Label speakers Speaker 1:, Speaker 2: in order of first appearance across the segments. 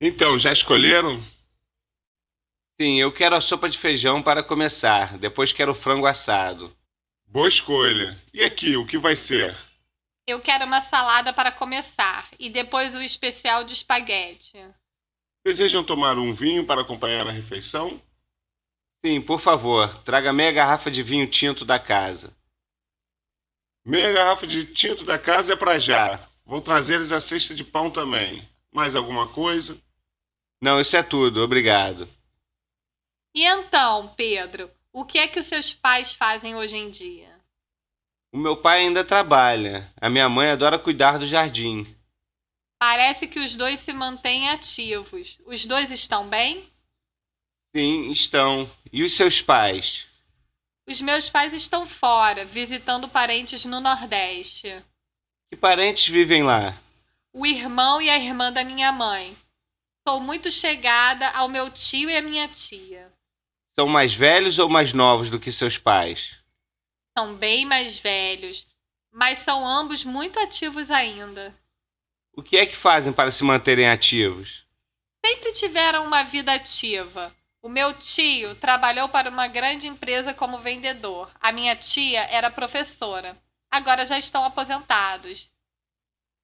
Speaker 1: Então, já escolheram?
Speaker 2: Sim, eu quero a sopa de feijão para começar. Depois quero o frango assado.
Speaker 1: Boa escolha. E aqui, o que vai ser?
Speaker 3: Eu quero uma salada para começar e depois o especial de espaguete.
Speaker 1: Desejam tomar um vinho para acompanhar a refeição?
Speaker 2: Sim, por favor, traga meia garrafa de vinho tinto da casa.
Speaker 1: Meia garrafa de tinto da casa é para já. Vou trazer-lhes a cesta de pão também. Mais alguma coisa?
Speaker 2: Não, isso é tudo, obrigado.
Speaker 3: E então, Pedro, o que é que os seus pais fazem hoje em dia?
Speaker 2: O meu pai ainda trabalha. A minha mãe adora cuidar do jardim.
Speaker 3: Parece que os dois se mantêm ativos. Os dois estão bem?
Speaker 2: Sim, estão. E os seus pais?
Speaker 3: Os meus pais estão fora, visitando parentes no Nordeste.
Speaker 2: Que parentes vivem lá?
Speaker 3: O irmão e a irmã da minha mãe. Sou muito chegada ao meu tio e à minha tia.
Speaker 2: São mais velhos ou mais novos do que seus pais?
Speaker 3: São bem mais velhos, mas são ambos muito ativos ainda.
Speaker 2: O que é que fazem para se manterem ativos?
Speaker 3: Sempre tiveram uma vida ativa. O meu tio trabalhou para uma grande empresa como vendedor. A minha tia era professora. Agora já estão aposentados.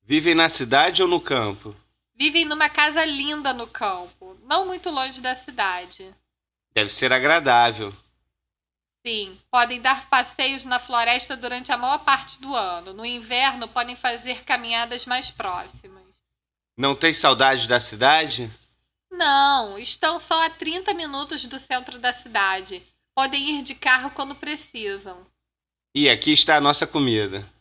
Speaker 2: Vivem na cidade ou no campo?
Speaker 3: Vivem numa casa linda no campo, não muito longe da cidade.
Speaker 2: Deve ser agradável.
Speaker 3: Sim, podem dar passeios na floresta durante a maior parte do ano. No inverno, podem fazer caminhadas mais próximas.
Speaker 2: Não tem saudade da cidade?
Speaker 3: Não, estão só a 30 minutos do centro da cidade. Podem ir de carro quando precisam.
Speaker 2: E aqui está a nossa comida.